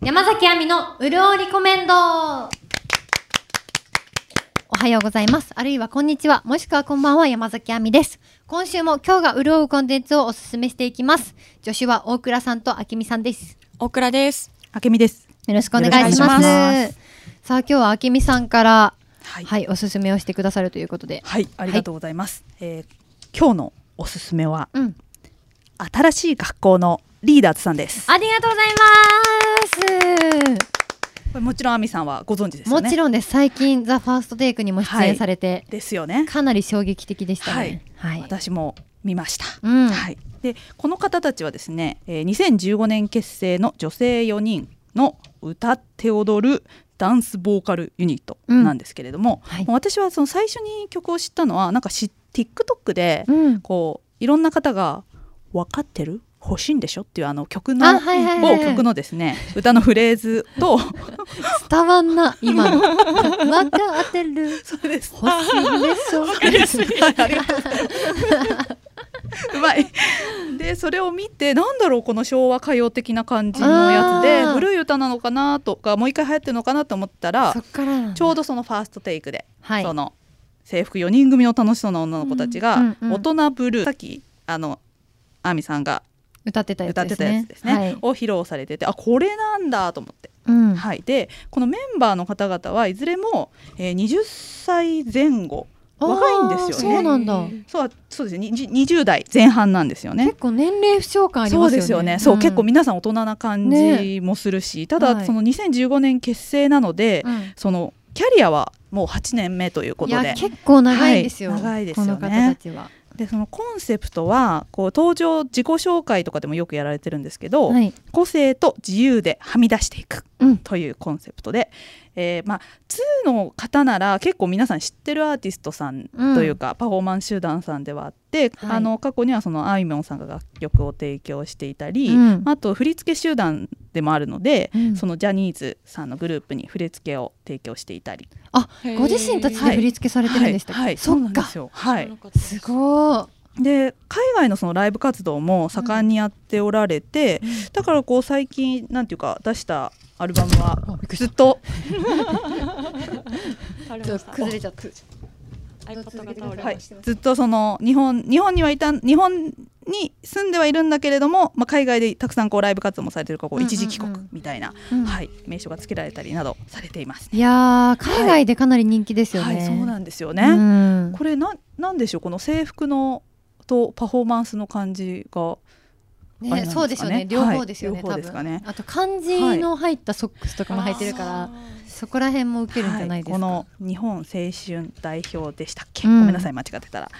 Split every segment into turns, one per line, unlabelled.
山崎亜美のうるおリコメンドおはようございます。あるいはこんにちは。もしくはこんばんは。山崎亜美です。今週も今日が潤うコンテンツをおすすめしていきます。助手は大倉さんと明美さんです。
大倉です。
あけみです。
よろしくお願いし
よろしく
ます。
お願いし
さあ今日は明美さんから、
は
はいい、おすすめをしてくださるということで。
はい、ありがとうございます。えー今日のおすすめは
うん。
新しい学校のリーダーズさんです。
ありがとうございます。
これもちろんあみさんはご存知ですよ
も
ね。
ちろんです。最近、ザ・ファーストテイクにも出演されて、
ですよね。
かなり衝撃的でしたね。はい。
私も見ました。
うん
はい。で、この方たちはですね、えー2015年結成の女性4人の歌って踊るダンスボーカルユニットなんですけれども、
うんはい
もう私はその最初に曲を知ったのはなんかし TikTok で
うん。
こういろんな方が分かってる欲しいんでしょっていうあの曲の
あ、はいはいはい、
某曲のですね歌のフレーズと
伝わんな、今の。 わかってる。欲し
そうで
い
す
でしょ。
ありがとううまいでそれを見てなんだろうこの昭和歌謡的な感じのやつで
あー
古い歌なのかなとかもう一回流行ってるのかなと思ったら
そっからなんだ
ちょうどそのファーストテイクで、
はい
その制服4人組の楽しそうな女の子たち
うん
が「
うんうん
大人ブルー」さっきあのあみさんが
歌ってたやつ
歌っ
で
て
す
たや
ね。
つですね
はい。
を披露されててあこれなんだと思って。
うん。
はい、でこのメンバーの方々はいずれも、えー、20歳前後若いんです
あーそ
よ
うな
ね。
んだ。
そうそうですねに20代前半なんですよね
結。構年齢不詳感あり
そ
ま
う
すよね。
ですよね。そう、
ん
結構皆さん大人な感じもするし、ただ、
はい
その2015年結成なので、
うん
そのキャリアはもう8年目というこ
い
と
や
で、
結構長いんですよ。
はい長いですよね
この方たちは。
でそのコンセプトはこう登場自己紹介とかでもよくやられてるんですけど、
はい。
個性と自由ではみ出していく
うん
というコンセプトで、えーまあ、2の方なら結構皆さん知ってるアーティストさん
うん
というか、パフォーマンス集団さんではあっ
は
て、
い
あの過去にはそのあいみょんさんが楽曲を提供していたり、
うん
あと振り付け集団でもあるので、
うん
そのジャニーズさんのグループに振り付けを提供していたり
あ、ご自身たちで振り付けされてるんでしたっけ。
はいはい
そ
そうな
っ
んで
か。
すよ。はい、
すご
で海外のそのライブ活動も盛んにやっておられて、だからこう最近なんていうか出したアルバムはずっと
い。ちょっと崩れちゃった。
はい、ずっとその日本日本にはいたん日本に住んではいるんだけれども、まあ、海外でたくさんこうライブ活動もされてるからこ
うんうん
う
うん
一時帰国みたいな、
うん
はい、名称がつけられたりなどされていますね。
いやー海外でかなり人気ですよね。
はい、そうなんですよね、
うん
これななんでしょうこの制服のとパフォーマンスの感じがあ
ね、
れなんですかね
そうですよ
は
ね。
い
両方ですよね。
両方ですかね
多分あと漢字の入ったソックスとかも入ってるから、そこら辺も受けるんじゃないですか。
はい、この日本青春代表でしたっけ、
うん
ごめんなさい間違ってたら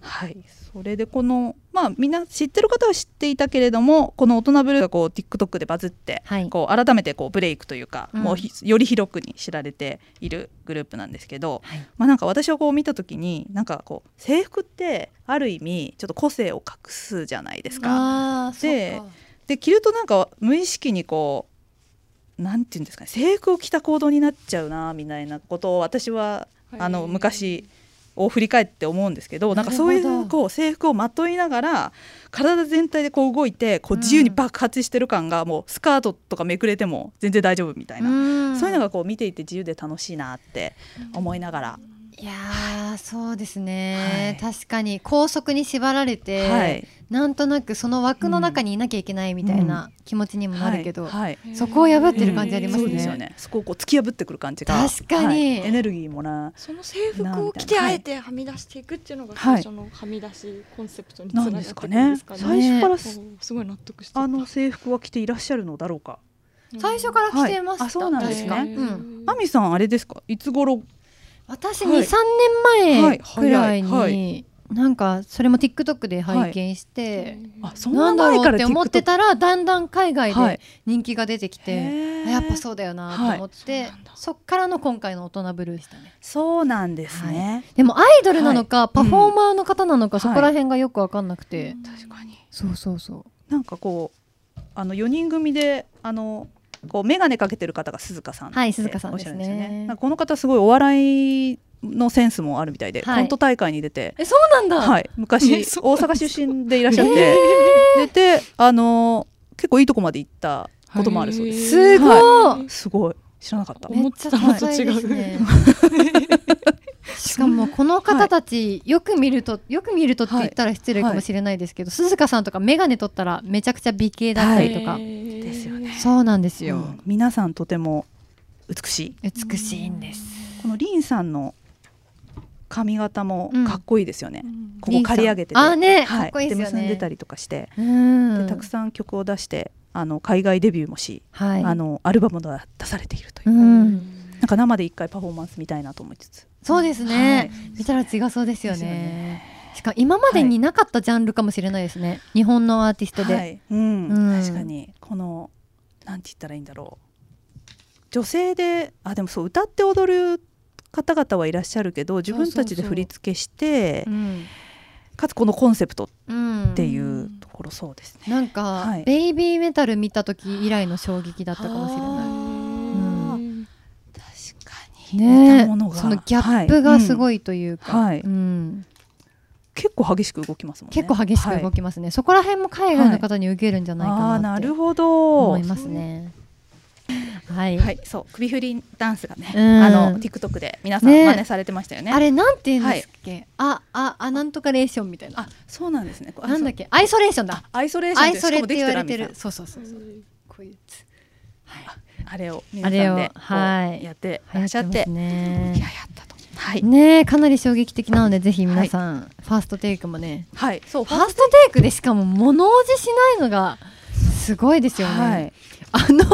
はいそれでこのまあみんな知ってる方は知っていたけれどもこの「大人ブルー」がこう TikTok でバズって、
はい
こう改めてこうブレイクというか、
うん
もうひより広くに知られているグループなんですけど、
はい
まあ、なんか私をこう見た時になんかこう制服ってある意味ちょっと個性を隠すじゃないですか。
ああ、
で
そうか
で着るとなんか無意識にこうなんていうんですかね制服を着た行動になっちゃうなみたいなことを私はあの昔を振り返って思うんですけどなんかそうい
なるほ
う
ど
こう制服をまといながら体全体でこう動いてこう
うん
自由に爆発してる感がもうスカートとかめくれても全然大丈夫みたいな、
ん
そういうのがこう見ていて自由で楽しいなって思いながら、
いやーそうですね、確かに拘束に縛られて、
はい
なんとなくその枠の中にいなきゃいけないみたいな気持ちにもなるけど、
はいはい
そこを破ってる感じありますね
そうですよねそこをこう突き破ってくる感じが
確かに
はいエネルギーもら
その制服を着て
なん
あ
みたいな
えてはみ出していくっていうのが
は
最
い
初のはみ出しコンセプトにつ
な
なが
ん
っ
で
て
す
く
か
るん
ね
ですかね。
最初からす
そうすごい納得してた
あの制服は着ていらっしゃるのだろうか
最初から着てました、
はいあそうなんですね
確かうん、
亜美さんあれですかいつ頃
私23、
はい
年
は
前
い
くらいに、
はいは
なんかそれも TikTok で拝見して、
あそん
な
なん
だろ
前
う
か
っ
ら
て思ってたらだんだん海外
TikTok は
で
い
人気が出てきて、
へー
あやっぱそうだよなと思って、
はいそうなんだ
そっからの今回の「大人ブルー」でしたね。
そうなんですね、
でもアイドルなのか、パフォーマーの方なのか、
うん
そこら辺がよく分かんなくて、
確かに
そうそうそう
なんかこうあの4人組であのこう眼鏡かけてる方が鈴鹿さんって
はい鈴鹿さん
おっしゃるですよ
ですね
なんかこの方すごいお笑いのセンスもあるみたいで、
はい
コント大会に出て、
えそうなんだ、
はい、 昔、
えそう
大阪出身でいらっしゃって、出てあの結構いいとこまで行ったこともあるそうです。
すごい、
はい
すごい知らなかった。
思ってたのと違
め
う
っちゃ多彩です ねしかもこの方たち、よく見るとよく見るとって言ったら失礼かもしれないですけど、鈴鹿さんとか眼鏡取ったらめちゃくちゃ美形だったりとか、
ですよ
ね
そうなんですよ、
うん皆さんとても美しい。
美しいんです
このリンさんの髪型もかっこいいですよね。こ
リ
こ
ンさん
刈り上げてて、
あーね
は
かっこいいですよね
結んでたりとかして、
うん
でたくさん曲を出して、あの海外デビューもし、
はい
あのアルバムが出されているという
う。ん、
なんか生で一回パフォーマンス見たいなと思いつつ。
そうですね、
はい
見たら違そうですよ
です
ね
よね
しかも今までになかったジャンルかもしれないですね日本のアーティストで、
はい、うん、
うん
確かにこのなんて言ったらいいんだろう女性であでもそう歌って踊る方々はいらっしゃるけど自分たちで振り付けして
うん
かつこのコンセプト
うん
っていうところそうですね、
なんか、
はい
ベイビーメタル見た時以来の衝撃だったかもしれ
あ
な
ー確か
いね
似
え
たものが
そのギャップがすごいというか、
はいうん
うん
結構激しく動きますもんね
結構激しく動きますね、そこら辺も海外の方に受けるんじゃない
ああー
かな
な
って
るほど
思いますねはい、
はいそう首振りダンスがね
うん
あの TikTok で皆さん
ねえ
真似されてましたよね
あれなんて言うんですっけ、あああなんとかレーションみたいな
あそうなんですねこうあ
なんだっ
そう
けアイソレーションだ
アイソレーション
ア
っ
イ
て
ソレっ
しかも
て
でき
言われ
たら
て
みたい
る
な
そうそうそうそうこいつ
あれを皆
あ
さん
れを
でこう
はい
やってらっしゃっ
流行ま
て
すね
いややったとはい、
ねえかなり衝撃的なのでぜひ皆さん、ファーストテイクもね
はい、そう
ファーストテイクでしかも物おじしないのがすごいですよね、
はい、
あの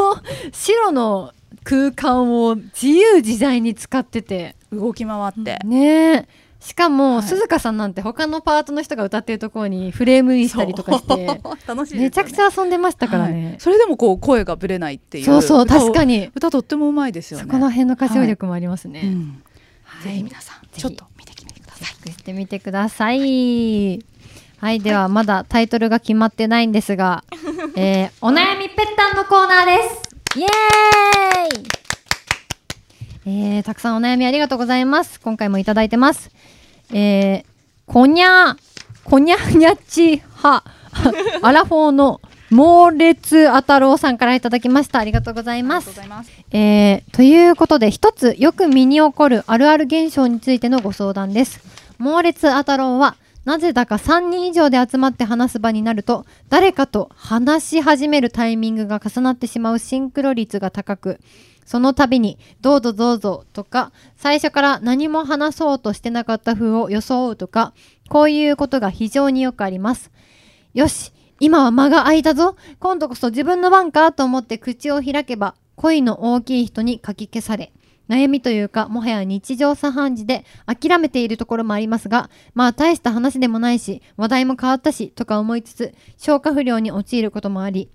白の空間を自由自在に使ってて
動き回って、
ねえしかも、
はい
鈴鹿さんなんて他のパートの人が歌ってるところにフレームインしたりとかして、
そう 楽しいですよね
めちゃくちゃ遊んでましたから
は
ね
い、それでもこう声がぶれないっていう
そうそう
歌を
確かに、
歌とってもうまいですよ
そ
ね
この辺の歌唱力もありますね、
はいうん
はい
ぜひ皆さん
ひ
ちょっと見てきてくださ
チ
い
ェックしてみてください。はい、ではまだタイトルが決まってないんです が、えーお悩みぺったんのコーナーです。イエーイえーたくさんお悩みありがとうございます。今回もいただいてます。えー、こにゃ、こにゃにゃち は、アラフォーの猛烈あたろうさんからいただきました。ありがとうござい
ありが
ま
とう
す
ござ。います
えーということで一つよく身に起こるあるある現象についてのご相談です猛烈あたろうはなぜだか3人以上で集まって話す場になると誰かと話し始めるタイミングが重なってしまうシンクロ率が高くその度に「どうぞどうぞ」とか最初から何も話そうとしてなかった風を装うとかこういうことが非常によくありますよし今は間が空いたぞ今度こそ自分の番かと思って口を開けば恋の大きい人にかき消され悩みというかもはや日常茶飯事で諦めているところもありますがまあ大した話でもないし話題も変わったしとか思いつつ消化不良に陥ることもあり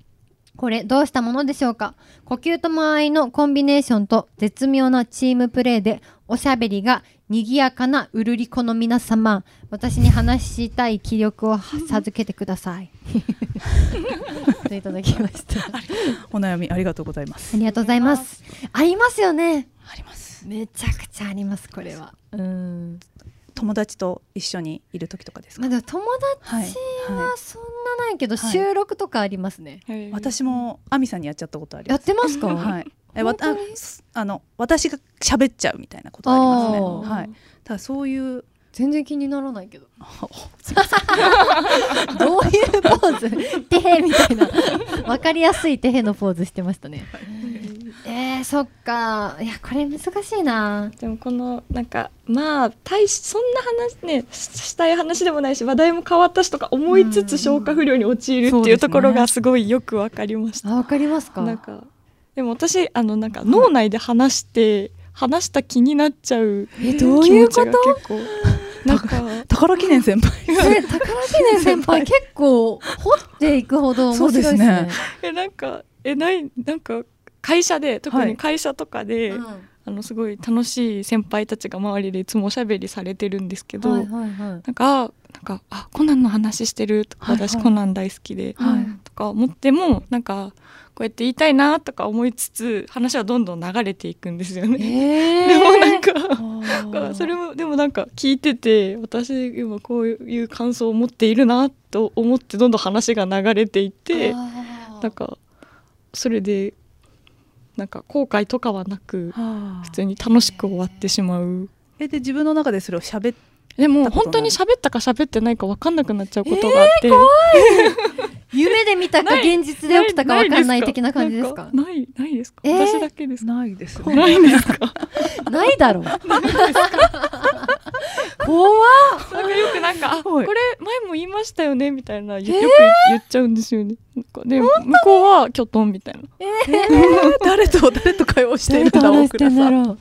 これどうしたものでしょうか呼吸と間合いのコンビネーションと絶妙なチームプレーでおしゃべりが賑やかなうるりこの皆様私に話したい気力を授けてくださ いといただきましたあ
お悩みありがとうございます
りがとうございますありますよね
あります
めちゃくちゃありますこれはうん
友達と一緒にいる時とかです
ま
か
あ、でも友
はい
達
は
はそんなないけど、
はい
収録とかありますね、
い私もアミさんにやっちゃったことあり
や
ま
っ
す
てますか、
はいえわ
本当
た
に
あの私が喋っちゃうみたいなことありますね
おー
はいただそういう
全然気にならない けど
あすいません
どういうポー ズてへみたいなわかりやすいてへのポーズしてましたねえー、そっかいやこれ難しいな
でもこのなんかまあ大しそんな話ねししたい話でもないし話題も変わったしとか思いつ
うん
つ消化不良に陥るっ
そう
て
で
い
すね
うところがすごいよくわかりました。
あわかりますか
なんかでも私あのなんか脳内で話して話した気になっちゃう
え
気
どうい
持
う
ち
こ
が
と
結 構なんか
宝記念先輩が
ね宝記念先 輩結構掘っていくほど面白いですね
そうですね
えなんかえないなんか会社で特
はい
に会社とかで、
うん
あのすごい楽しい先輩たちが周りでいつもおしゃべりされてるんですけど、
はいはいはい
なんかあなんかあコナンの話してるとか、
はいはい
私コナン大好きで、
はい
とか思ってもなんかこうやって言いたいなとか思いつつ話はどんどん流れていくんですよね。
えー、
でもなんか、
あー
それもでもなんか聞いてて私今こういう感想を持っているなと思ってどんどん話が流れていって
あー
なんかそれでなんか後悔とかはなく
はあ
普通に楽しく終わってしまう
えで自分の中でそれを喋っ
で
た
も
こと
本当
ない
に喋ったか喋ってないか分かんなくなっちゃうことがあって、
夢で見たか
ない
現実で起きたか分かんない的な感じです
な
か
んないないですか、
えー
私だけですか
ないですね
ないんですか
ないだろう怖っ
なんかよくなんかあこ
はい
れ前も言いましたよねみたいなよ
えー
よく言っちゃうんですよね、なんかで向こうはキョトンみたいな
誰と誰と会話しているんだ
どう
大
して
倉
ん
さ
だ
ん
ろう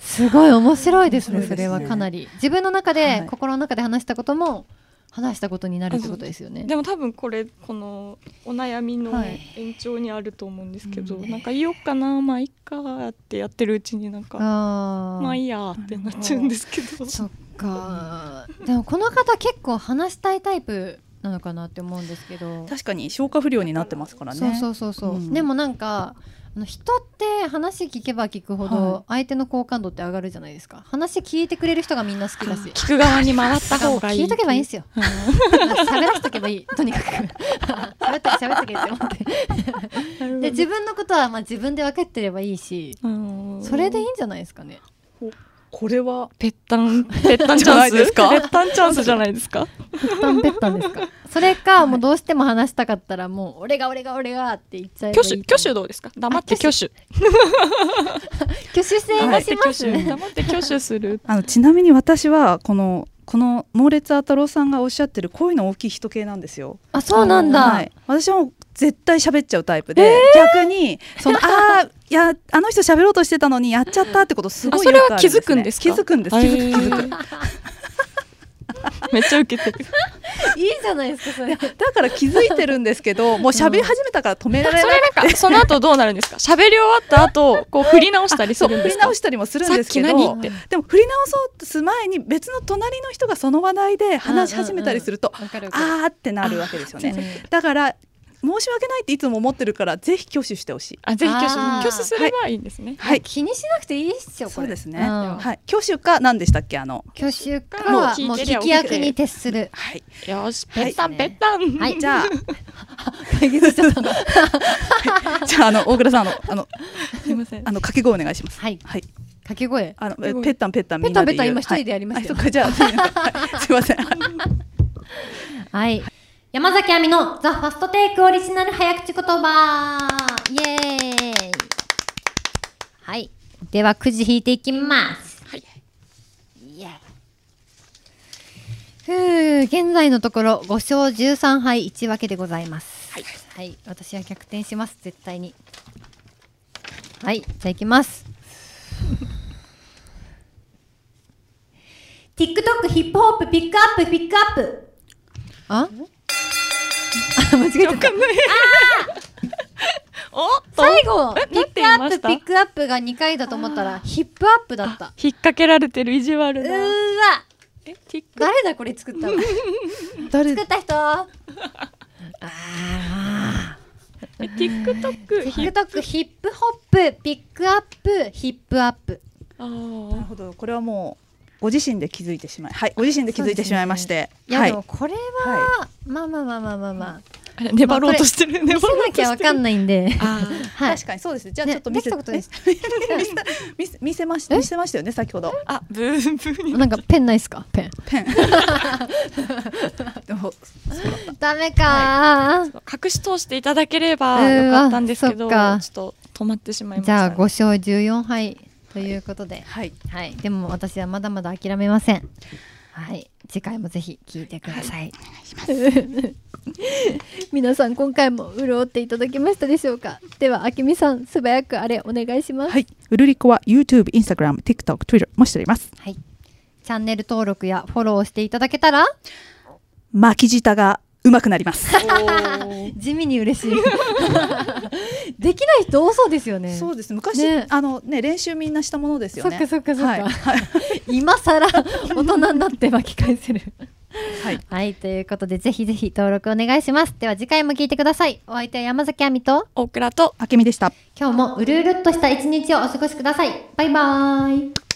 すごい面白いですね
面白
そ
いですね
れはかなり自分の中
は
で
い
心の中で話したことも話したことになるってことですよね
でも多分これこのお悩みの
はい
延長にあると思うんですけど、
うん
なんか言おうかなまあいいかってやってるうちになんか
あー
まあいいやってなっちゃうんですけど
そっかでもこの方結構話したいタイプなのかなって思うんですけど
確かに消化不良になってますからね
そうそうそうそう、
うん
でもなんかあの人って話聞けば聞くほど
は
相手の好感度って上がるじゃないですか話聞いてくれる人がみんな好きだし
聞く側に回った方がいい
聞いとけばいいんですよ 喋らしとけばいいとにかく喋っとけ喋っとけって思ってで自分のことはまあ自分で分かってればいいし
分
それでいいんじゃないですかね
これは
ぺった んぺったんチ
じゃ
ャ
な
ン
いで
ス
すか
ぺったんチャンスじゃないですか
ぺったんぺったんですかそれかもうどうしても話したかったらもう「俺が俺が俺が」って言っちゃえばい
挙
い
手挙手どうですか黙って挙手
挙手制
黙
が
っ
してま
挙
す、
手黙って挙手する
あのちなみに私はこのこの猛烈あたろうさんがおっしゃってる声の大きい人系なんですよ。
あそうなんだ、
はい、私はもう絶対喋っちゃうタイプで、逆に そのああいやあの人喋ろうとしてたのにやっちゃったってことすごい
あそれは
よくあるね
気づくんですか
気づくんです気づく気づく
めっちゃ受け てる
いいじゃないですかそれ
だから気づいてるんですけどもう喋り始めたから止められない、
それなんかその後どうなるんですか喋り終わった後こう振り直したりす
そう
るん
振
で
り
すか
直したりもするんですけ
さっき何っ
ど
て
でも振り直そうとする前に別の隣の人がその話題で話し始めたりすると、
わかるわかる
あーってなるわけですよ
う
ね
ん
だから申し訳ないっていつも思ってるからぜひ挙手してほしい
あぜひ挙手
あー
挙手すればいいんですね
はい
気にしなくていいっしょこれ
そうですね、
うん
はい挙手か何でしたっけあの
挙手か
もう
は
聞いてりゃ
もう聞き役に徹す る
はい
よし
はい
ぺったんぺったん
はい
じゃあ
解決しちゃったな
じゃああの大倉さんあのあの
すいません
あの掛け声お願いします
はい
はい
掛け声
あの
すごい
ペッタンペッタン
ペ
み
ッ
ん
タ
な
ン
で
ペッタ
言う
ン今一人でやりま
は
し
いあ
たよ
そっか じゃあはいすいません
はい山崎亜美のザ・ファストテイクオリジナル早口言葉イエーイはいではくじ引いていきます
はい
ふう現在のところ5勝13敗1分けでございます
はい
はい私は逆転します絶対にはいじゃあいきます TikTok ヒップホップピックアップピックアップ ああ間違えちゃった
おっと
最後
え
ピック
な
ア
っ
ップ
ていました
ピックアップが2回だと思ったらヒップアップだった
引っ掛けられてる意地悪
うー
な
わ
えティック
誰だこれ作ったの
誰
作った人ああ
え TikTok ひ
TikTok ヒップホップピックアップヒップアップ
あ
なる
ー
ほどこれはもうご自身で気づいてしまいはいご自身で気づいてしまいまして
いや
は
で
い
もこれは、
は
まあまあまあまあまあまあ
あれ粘ろうとしてる
見
粘
せ
ろう
な
として
き
る
ゃわかんないんで
あ
はい
確かにそうですねじゃあ
ね
ちょっと見
でき
せ
たことです
え見せた見せ見せまし
え
見せましたよね先ほ ど
ーあブーンブーンに
なんかペンないっすかペン
ペン でも
ダメかー、
隠し通していただければ
うーわ
よかったんですけど
そっ
ち
か
ょっと止まってしまいまし
じゃあ
た
5勝14敗ということで、
はい
はい、でも私はまだまだ諦めません。はい、次回もぜひ聞いてください。 皆さん今回も潤っていただけましたでしょうか。ではあきみさん素早くあれお願いします。
はいウルリコは YouTube、Instagram、TikTok、Twitter もしております
はい。チャンネル登録やフォローをしていただけたら
巻き舌がうまくなります
地味に嬉しい。 できない人多そうですよね。
そうです昔、
ね
あのね練習みんなしたものですよ
そっ
ね
かそっかそっか。
はいはい
今更大人になって巻き返せる。
はい
はい、ということでぜひぜひ登録お願いします。では次回も聞いてください。お相手は山崎亜美と
大倉と
あけみでした
今日もうるうるっとした一日をお過ごしください。バイバーイ。